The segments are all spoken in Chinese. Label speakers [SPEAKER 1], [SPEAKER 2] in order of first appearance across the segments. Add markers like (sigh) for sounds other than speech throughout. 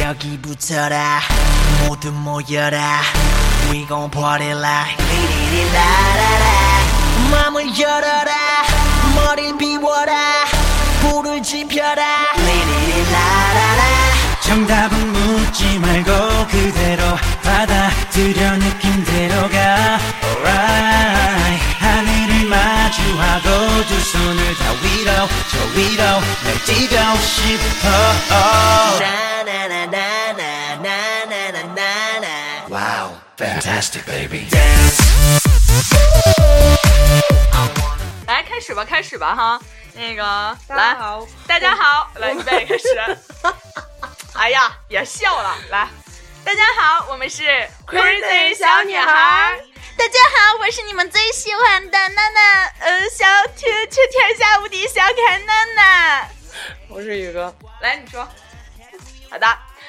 [SPEAKER 1] 여기 붙여라 모두 모여라 We gon' party like 리리리라라라 마음을 열어라 머리를 비워라 불을 지펴라 리리리라라라
[SPEAKER 2] 정답은 묻지 말고 그대로 받아들여 느낌대로 가 Alright 하늘을 마주하고 두 손을 다 위로 저 위로 날 뛰고 싶어
[SPEAKER 1] 나나나나나나나나
[SPEAKER 2] Wow, fantastic baby
[SPEAKER 3] 来开始吧，开始吧哈，那个
[SPEAKER 4] 大家
[SPEAKER 3] 来，
[SPEAKER 4] 好，
[SPEAKER 3] 大家好，来预备
[SPEAKER 4] (laughs)
[SPEAKER 3] 开始。哎呀，也笑了，来，大家好，我们是
[SPEAKER 4] Crazy 小女孩
[SPEAKER 3] 孩。大家好，我是你们最喜欢的娜娜，呃，小天去天下无敌小可爱娜娜。
[SPEAKER 4] 我是宇哥。
[SPEAKER 3] 来，你说。好的，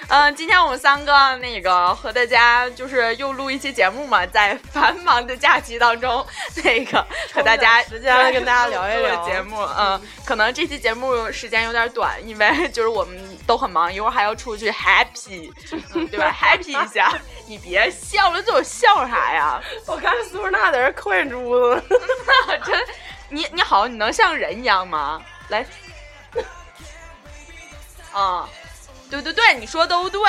[SPEAKER 3] 嗯，今天我们三个那个和大家就是又录一期节目嘛，在繁忙的假期当中， (laughs) 那个和大家
[SPEAKER 4] 时间跟大家聊一聊
[SPEAKER 3] (laughs) 做节目，嗯，可能这期节目时间有点短，因为 (laughs) 就是我们都很忙，一会儿还要出去 happy，嗯对吧？happy 一
[SPEAKER 4] (laughs)
[SPEAKER 3] 下，你别笑了，这有笑啥呀？
[SPEAKER 4] 我看苏珊娜在这抠眼珠子，
[SPEAKER 3] 真，你你好，你能像人一样吗？来，啊，对对对，你说都对。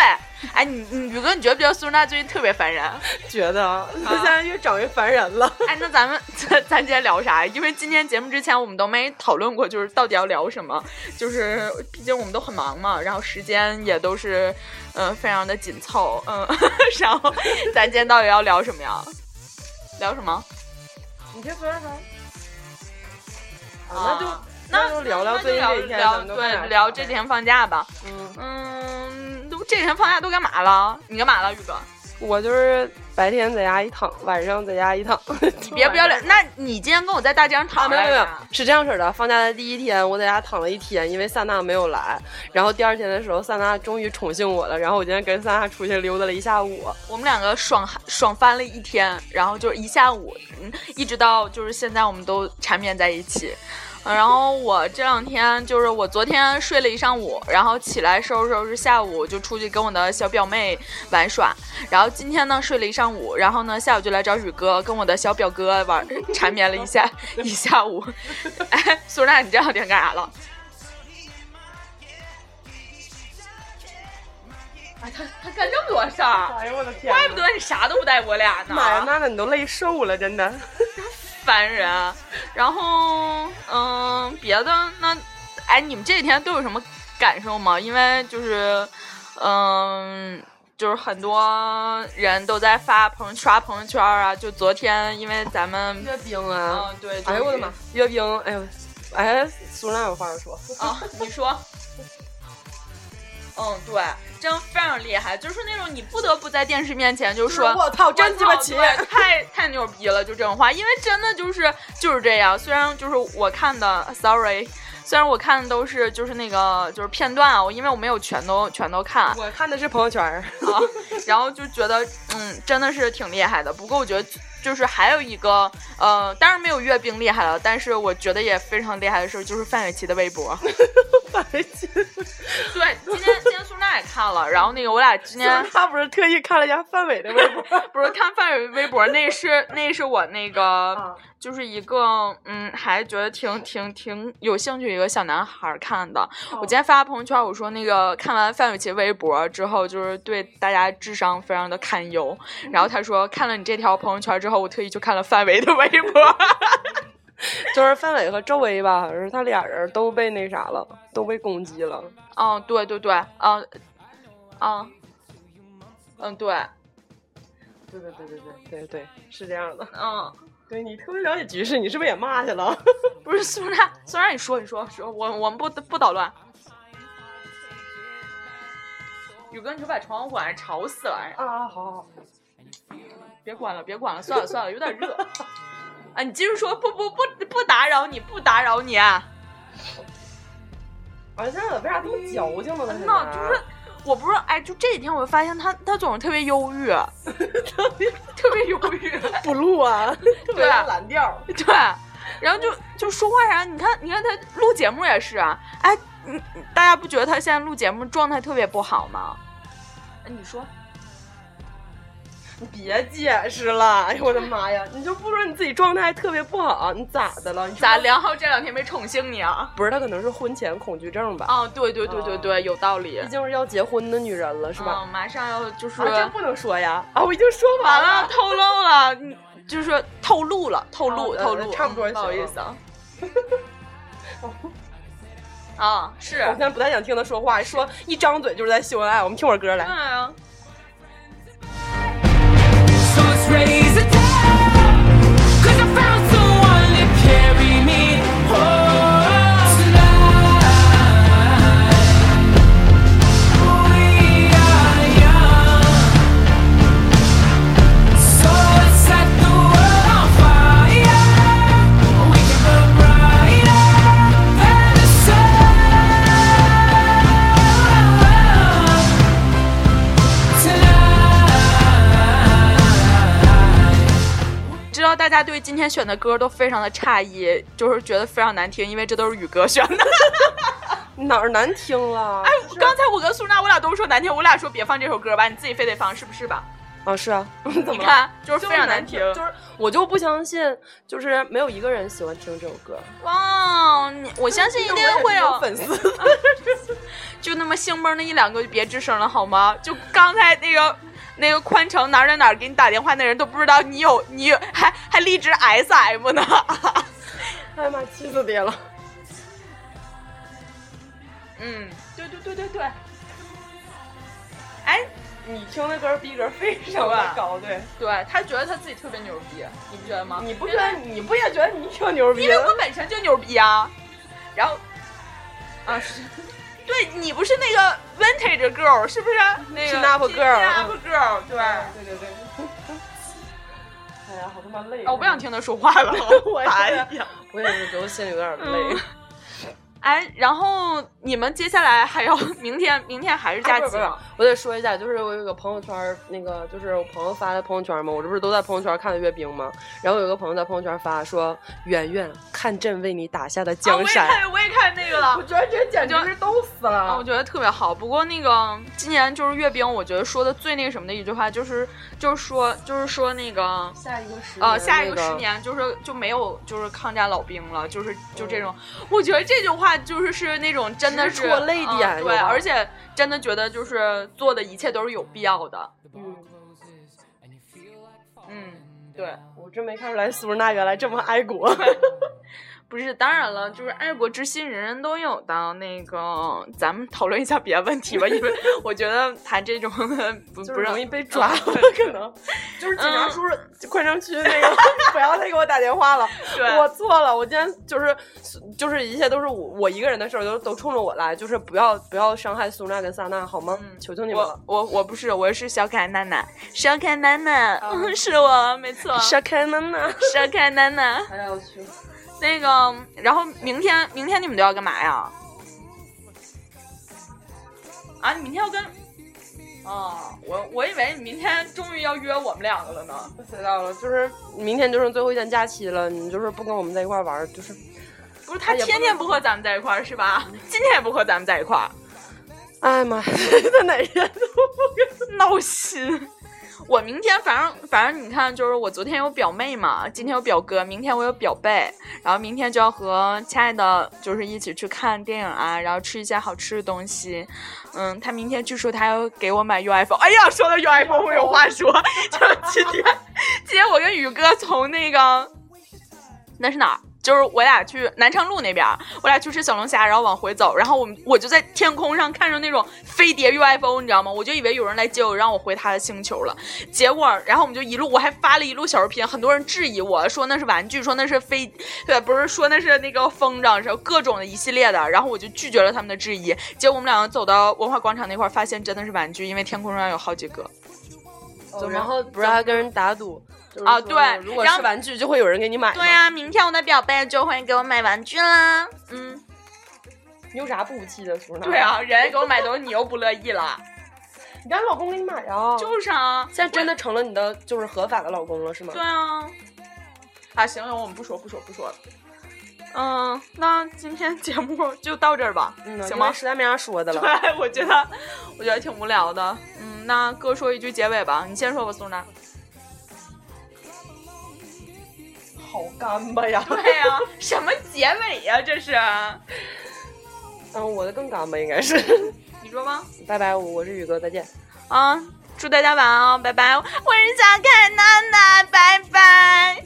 [SPEAKER 3] 哎，你你宇哥，你觉不觉得苏珊娜最近特别烦人？
[SPEAKER 4] 觉得啊她现在越长越烦人了。
[SPEAKER 3] 哎，那咱们咱咱今天聊啥？因为今天节目之前我们都没讨论过，就是到底要聊什么。就是毕竟我们都很忙嘛，然后时间也都是，嗯、非常的紧凑，嗯、 (laughs) 然后咱今天到底要聊什么呀？聊什么？
[SPEAKER 4] 你先说说。
[SPEAKER 3] 啊
[SPEAKER 4] 那就
[SPEAKER 3] 那
[SPEAKER 4] 就聊聊
[SPEAKER 3] 那就
[SPEAKER 4] 最近这几天咱
[SPEAKER 3] 聊
[SPEAKER 4] 们都干啥
[SPEAKER 3] 对聊这几天放假吧。
[SPEAKER 4] 嗯，
[SPEAKER 3] 嗯，都这几天放假都干嘛了？你干嘛了，宇哥？
[SPEAKER 4] 我就是白天在家一躺，晚上在家一 (laughs) 躺。你
[SPEAKER 3] 别不要脸！那你今天跟我在大街上
[SPEAKER 4] 啊，
[SPEAKER 3] 躺
[SPEAKER 4] 没有
[SPEAKER 3] 来
[SPEAKER 4] 没有，没有
[SPEAKER 3] 着，
[SPEAKER 4] 是这样式儿的。放假的第一天，我在家躺了一天，因为萨娜没有来。然后第二天的时候，萨娜终于宠幸我了。然后我今天跟萨娜出去溜达了一下午。
[SPEAKER 3] 我们两个爽爽翻了一天，然后就是一下午，嗯，一直到就是现在我们都缠绵在一起。嗯然后我这两天就是我昨天睡了一上午，然后起来收拾收拾，下午就出去跟我的小表妹玩耍。然后今天呢睡了一上午，然后呢下午就来找宇哥，跟我的小表哥玩缠绵了一下一下午。 (laughs) 哎，苏珊，你这两天干啥了？哎，他他干这么多事儿。啊
[SPEAKER 4] 哎呦我的天
[SPEAKER 3] 怪不得你啥都不带我俩呢，
[SPEAKER 4] 妈呀，娜娜你都累瘦了，真的。
[SPEAKER 3] 烦人。然后，嗯，别的那，哎，你们这几天都有什么感受吗？因为就是，嗯。就是很多人都在发朋友刷朋友圈啊，就昨天因为咱们，
[SPEAKER 4] 阅兵
[SPEAKER 3] 嗯、
[SPEAKER 4] 啊！
[SPEAKER 3] 对，就是
[SPEAKER 4] 哎呦我的妈！阅兵，哎呦，哎，苏娜有话要说。
[SPEAKER 3] 啊，你说。嗯，对，真非常厉害，就是那种你不得不在电视面前就说，
[SPEAKER 4] 我操，真鸡巴齐！
[SPEAKER 3] 对太太牛逼了，就这种话，因为真的就是就是这样。虽然就是我看的，sorry，虽然我看的都是就是那个就是片段啊，我因为我没有全都全都看啊， (laughs)
[SPEAKER 4] 我看的是朋友圈儿，
[SPEAKER 3] 然后就觉得嗯真的是挺厉害的。不过我觉得就是还有一个呃，当然没有阅兵厉害了，但是我觉得也非常厉害的是就是范玮琪的微博。
[SPEAKER 4] 白金。
[SPEAKER 3] (laughs) 对，今天今天苏娜也看了，然后那个我俩今天。
[SPEAKER 4] 他不是特意看了一下范伟的微博，
[SPEAKER 3] 不是看范伟微博，那是那是我那个、
[SPEAKER 4] 啊
[SPEAKER 3] 就是一个嗯，还觉得挺挺挺有兴趣一个小男孩儿看的。我今天发朋友圈，我说那个看完范玮琪微博之后，就是对大家智商非常的堪忧。然后他说看了你这条朋友圈之后，我特意去看了范伟的微 (laughs) 博。
[SPEAKER 4] 就是范伟和周薇吧，好像是他俩人都被那啥了，都被攻击了。
[SPEAKER 3] 嗯，对对对，嗯嗯嗯，对，
[SPEAKER 4] 对对对对对对对，是这样的。
[SPEAKER 3] 嗯。
[SPEAKER 4] 对你特别了解局势，你是不是也骂去了？
[SPEAKER 3] 不是苏珊，苏珊，你说，你说，说，我我们不不捣乱。宇哥，你说把窗户关上，吵死了！哎
[SPEAKER 4] 啊，好好好，
[SPEAKER 3] 别关了，别关了，算了算了，有点热。 (laughs) 啊，你继续说，不不不不打扰你，不打扰你、啊
[SPEAKER 4] 完事儿为啥这么矫情呢？
[SPEAKER 3] 那就是，我不是，哎，就这几天我发现他他总是特别忧郁， (laughs) 特别忧郁。
[SPEAKER 4] 不录啊，特
[SPEAKER 3] 别像
[SPEAKER 4] 蓝调。
[SPEAKER 3] (laughs) 对，然后就就说话啥，你看你看他录节目也是啊，哎，你大家不觉得他现在录节目状态特别不好吗？你说，
[SPEAKER 4] 你别解释了，哎呦我的妈呀！你就不说你自己状态特别不好，你咋的了？你
[SPEAKER 3] 咋？梁浩这两天没宠幸你啊？
[SPEAKER 4] 不是，她可能是婚前恐惧症吧？
[SPEAKER 3] 啊，对对对对对，有道理
[SPEAKER 4] 毕。竟是要结婚的女人了，是吧？
[SPEAKER 3] 嗯，马上要就是、
[SPEAKER 4] 啊，这不能说呀！啊，我已经说完
[SPEAKER 3] 完了，
[SPEAKER 4] 了。
[SPEAKER 3] 透露了，你就是透露了，透露、
[SPEAKER 4] 啊
[SPEAKER 3] 透露，
[SPEAKER 4] 差不多
[SPEAKER 3] 嗯不好
[SPEAKER 4] 行
[SPEAKER 3] 意
[SPEAKER 4] 了
[SPEAKER 3] (laughs) 思啊。哦啊，是，
[SPEAKER 4] 我现在不太想听她说话，说一张嘴就是在秀恩爱。我们听会儿歌来。
[SPEAKER 3] 对啊，
[SPEAKER 5] So let's raise it down. 'Cause I found someone to carry me home tonight. We are young. So let's set the world on fire. We can burn brighter than the sun. Tonight.
[SPEAKER 3] 知道大家对今天选的歌都非常的诧异，就是觉得非常难听，因为这都是宇哥选 (laughs) 的。嗯
[SPEAKER 4] 哪儿难听了？哎
[SPEAKER 3] 刚才我跟苏娜，我俩都说难听，我俩说别放这首歌吧，你自己非得放，是不是 (laughs) 吧？
[SPEAKER 4] 啊，是啊， (laughs) 怎
[SPEAKER 3] 你
[SPEAKER 4] 么了？
[SPEAKER 3] 看，就是
[SPEAKER 4] 就是
[SPEAKER 3] 非常
[SPEAKER 4] 难
[SPEAKER 3] 难听。
[SPEAKER 4] 就是我就不相信，就是没有一个人喜欢听这首歌。
[SPEAKER 3] 哇，你我相信一定会有
[SPEAKER 4] 我也是有粉丝。
[SPEAKER 3] 就那么兴崩的一两个就别吱声了好吗？就刚才那个那个宽城哪儿哪儿哪儿给你打电话那人都不知道你有你有还还离职 SM 呢。
[SPEAKER 4] (laughs)
[SPEAKER 3] (laughs)
[SPEAKER 4] 哎呀妈，气死爹了！
[SPEAKER 3] 嗯，对对对对对。哎，
[SPEAKER 4] 你听的歌逼格非
[SPEAKER 3] 常的
[SPEAKER 4] 高，对，
[SPEAKER 3] 对他觉得他自己特别牛逼，你不觉得吗？
[SPEAKER 4] 你不觉得？你不也觉得你挺牛逼
[SPEAKER 3] 因为我
[SPEAKER 4] 的？
[SPEAKER 3] 本身就牛逼啊。然后，啊是，对你不是那个 vintage girl 是不是？那
[SPEAKER 4] 是
[SPEAKER 3] 个
[SPEAKER 4] Napa girl，
[SPEAKER 3] Napa girl 对。
[SPEAKER 4] 对对对。哎呀，好他妈累！，
[SPEAKER 3] 啊，我不想听他说话 (laughs) 了
[SPEAKER 4] 我也
[SPEAKER 3] 烦
[SPEAKER 4] 是
[SPEAKER 3] 呀。
[SPEAKER 4] 我也是觉得心里有点累。
[SPEAKER 3] 嗯
[SPEAKER 4] (laughs)
[SPEAKER 3] 哎，然后你们接下来还要明天，明天啊还是假期吗？
[SPEAKER 4] 我得说一下，就是我有个朋友圈儿，那个就是我朋友发的朋友圈儿嘛，我这不是都在朋友圈儿看的阅兵吗？然后有个朋友在朋友圈儿发说：“圆圆，看朕为你打下的
[SPEAKER 3] 啊，我
[SPEAKER 4] 江
[SPEAKER 3] 也
[SPEAKER 4] 山。
[SPEAKER 3] 看，我也看那个了。
[SPEAKER 4] 觉得这简
[SPEAKER 3] 直是
[SPEAKER 4] 逗死
[SPEAKER 3] 啊，我
[SPEAKER 4] 了！
[SPEAKER 3] 觉得特别好。不过那个今年就是阅兵，我觉得说的最那个什么的一句话，就是就是说就是说那个
[SPEAKER 4] 下一个十
[SPEAKER 3] 呃，下一
[SPEAKER 4] 啊那
[SPEAKER 3] 个十年就是就没有就是抗战老兵了，就是就
[SPEAKER 4] 嗯
[SPEAKER 3] 这种，我觉得这句话就是是那种真的
[SPEAKER 4] 直
[SPEAKER 3] 是
[SPEAKER 4] 戳泪
[SPEAKER 3] 嗯
[SPEAKER 4] 点
[SPEAKER 3] 对，
[SPEAKER 4] 有吧
[SPEAKER 3] 而且真的觉得就是做的一切都是有必要的，
[SPEAKER 4] 嗯，
[SPEAKER 3] 嗯，对，
[SPEAKER 4] 我真没看出来苏娜原来这么爱
[SPEAKER 3] (laughs)
[SPEAKER 4] 国。
[SPEAKER 3] 不是，当然了，就是爱国之心人人都有的。那个，咱们讨论一下别的问题
[SPEAKER 4] (laughs)
[SPEAKER 3] 吧，因为我觉得谈这种的不
[SPEAKER 4] 就
[SPEAKER 3] 不
[SPEAKER 4] 是
[SPEAKER 3] 是
[SPEAKER 4] 容易被抓了，
[SPEAKER 3] 嗯
[SPEAKER 4] 可能嗯就是警察叔叔宽城区那个， (laughs) 不要再给我打电 (laughs) 话了，
[SPEAKER 3] 对
[SPEAKER 4] 我错了，我今天就是就是一切都是我我一个人的事儿，都都冲着我来，就是不要不要伤害苏娜跟萨娜好吗？求求你们了
[SPEAKER 3] 我。我我不是，我是小凯娜娜，小凯娜娜，嗯 (laughs) 是我，没错，
[SPEAKER 4] 沙开门呐！
[SPEAKER 3] 小凯娜娜。
[SPEAKER 4] 啊 (laughs) 哎呀，我去！
[SPEAKER 3] 那个，然后明天明天你们都要干嘛呀？啊，你明天要跟？哦，我我以为你明天终于要约我们两个了呢。
[SPEAKER 4] 知道了，就是明天就是最后一天假期了，你就是不跟我们在一块儿玩儿，就是
[SPEAKER 3] 不是他
[SPEAKER 4] 哎也不
[SPEAKER 3] 天天不和咱们在一块儿是吧？今天也不和咱们在一块儿，
[SPEAKER 4] 哎呀妈呀， (laughs) 他哪天都不跟。
[SPEAKER 3] 闹心。我明天反正反正你看，就是我昨天有表妹嘛，今天有表哥，明天我有表妹，然后明天就要和亲爱的就是一起去看电影啊，然后吃一些好吃的东西。嗯，他明天据说他要给我买 UFO，哎呀，说到 UFO 我有话说， (laughs) 就是今天今天我跟宇哥从那个那是哪儿？就是我俩去南昌路那边儿，我俩去吃小龙虾，然后往回走，然后我们我就在天空上看着那种飞碟 UFO，你知道吗？我就以为有人来接我，让我回他的星球了。结果，然后我们就一路，我还发了一路小视频，很多人质疑我说那是玩具，说那是飞，对，不是说那是那个风筝，是各种的一系列的。然后我就拒绝了他们的质疑。结果我们两个走到文化广场那块儿，发现真的是玩具，因为天空上有好几个。
[SPEAKER 4] 怎么哦然后哦不是还跟人打赌就是说
[SPEAKER 3] 啊对
[SPEAKER 4] 如果
[SPEAKER 3] 然后
[SPEAKER 4] 是玩具就会有人给你买。
[SPEAKER 3] 对、呀、明天我的表妹就会给我买玩具啦。嗯。
[SPEAKER 4] 你有啥不服气的，苏娜？
[SPEAKER 3] (laughs) 对，啊，人家给我买东西，你又不乐意了，
[SPEAKER 4] 你让老公给你买啊。
[SPEAKER 3] (laughs) 就是啊，
[SPEAKER 4] 现在真的成了你的就是合法的老公了，是吗
[SPEAKER 3] 对？啊，啊，行了，我们不说不说不说了，嗯，那今天节目就到这儿吧，啊
[SPEAKER 4] 嗯，
[SPEAKER 3] 行 (laughs)
[SPEAKER 4] 因为
[SPEAKER 3] 吗？
[SPEAKER 4] 实在没啥说的了。
[SPEAKER 3] 对，我觉得我觉得挺无聊的，嗯，那各说一句结尾吧，你先说吧，苏娜。
[SPEAKER 4] 好干巴呀！
[SPEAKER 3] 对呀、什么结尾呀、这是？
[SPEAKER 4] 嗯，我的更干巴应该是。 (laughs)
[SPEAKER 3] 你说吗？
[SPEAKER 4] 拜拜，我是宇哥，再见。
[SPEAKER 3] 啊，祝大家晚安哦，拜拜。我是小凯娜娜，拜拜。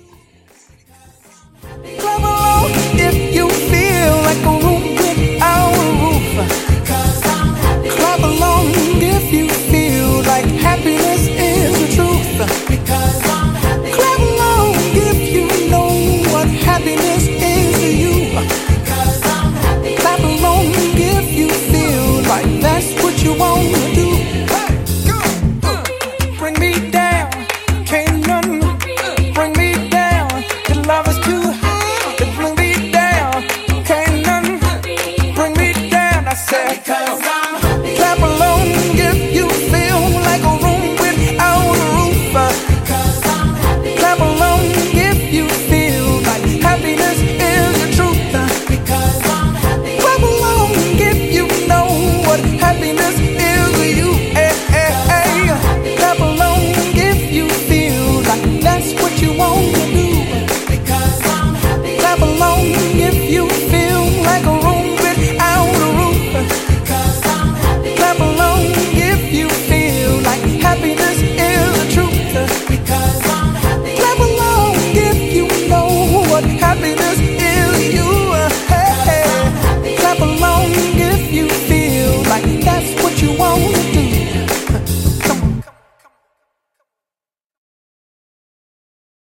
[SPEAKER 6] Club alone if you feel like a roof without a roof. Club alone if you feel like happiness is the truth. Club alone if you know what happiness is to you. Clap along if you feel like that's what you want to do. Hey, go, uh, Bring me down, can't none bring me down. The love is too high, to bring me down, can't none bring me down. I said, clap along if you feel like a room without a roof. Clap along if you feel like happiness is the truth. Clap along if you know what happiness is to you. Eh, eh, eh. Clap along if you feel like that's what you want to do. Clap along if you feel like a room without a roof. Clap along if you feel like happiness is the truth. Clap along if you know what happiness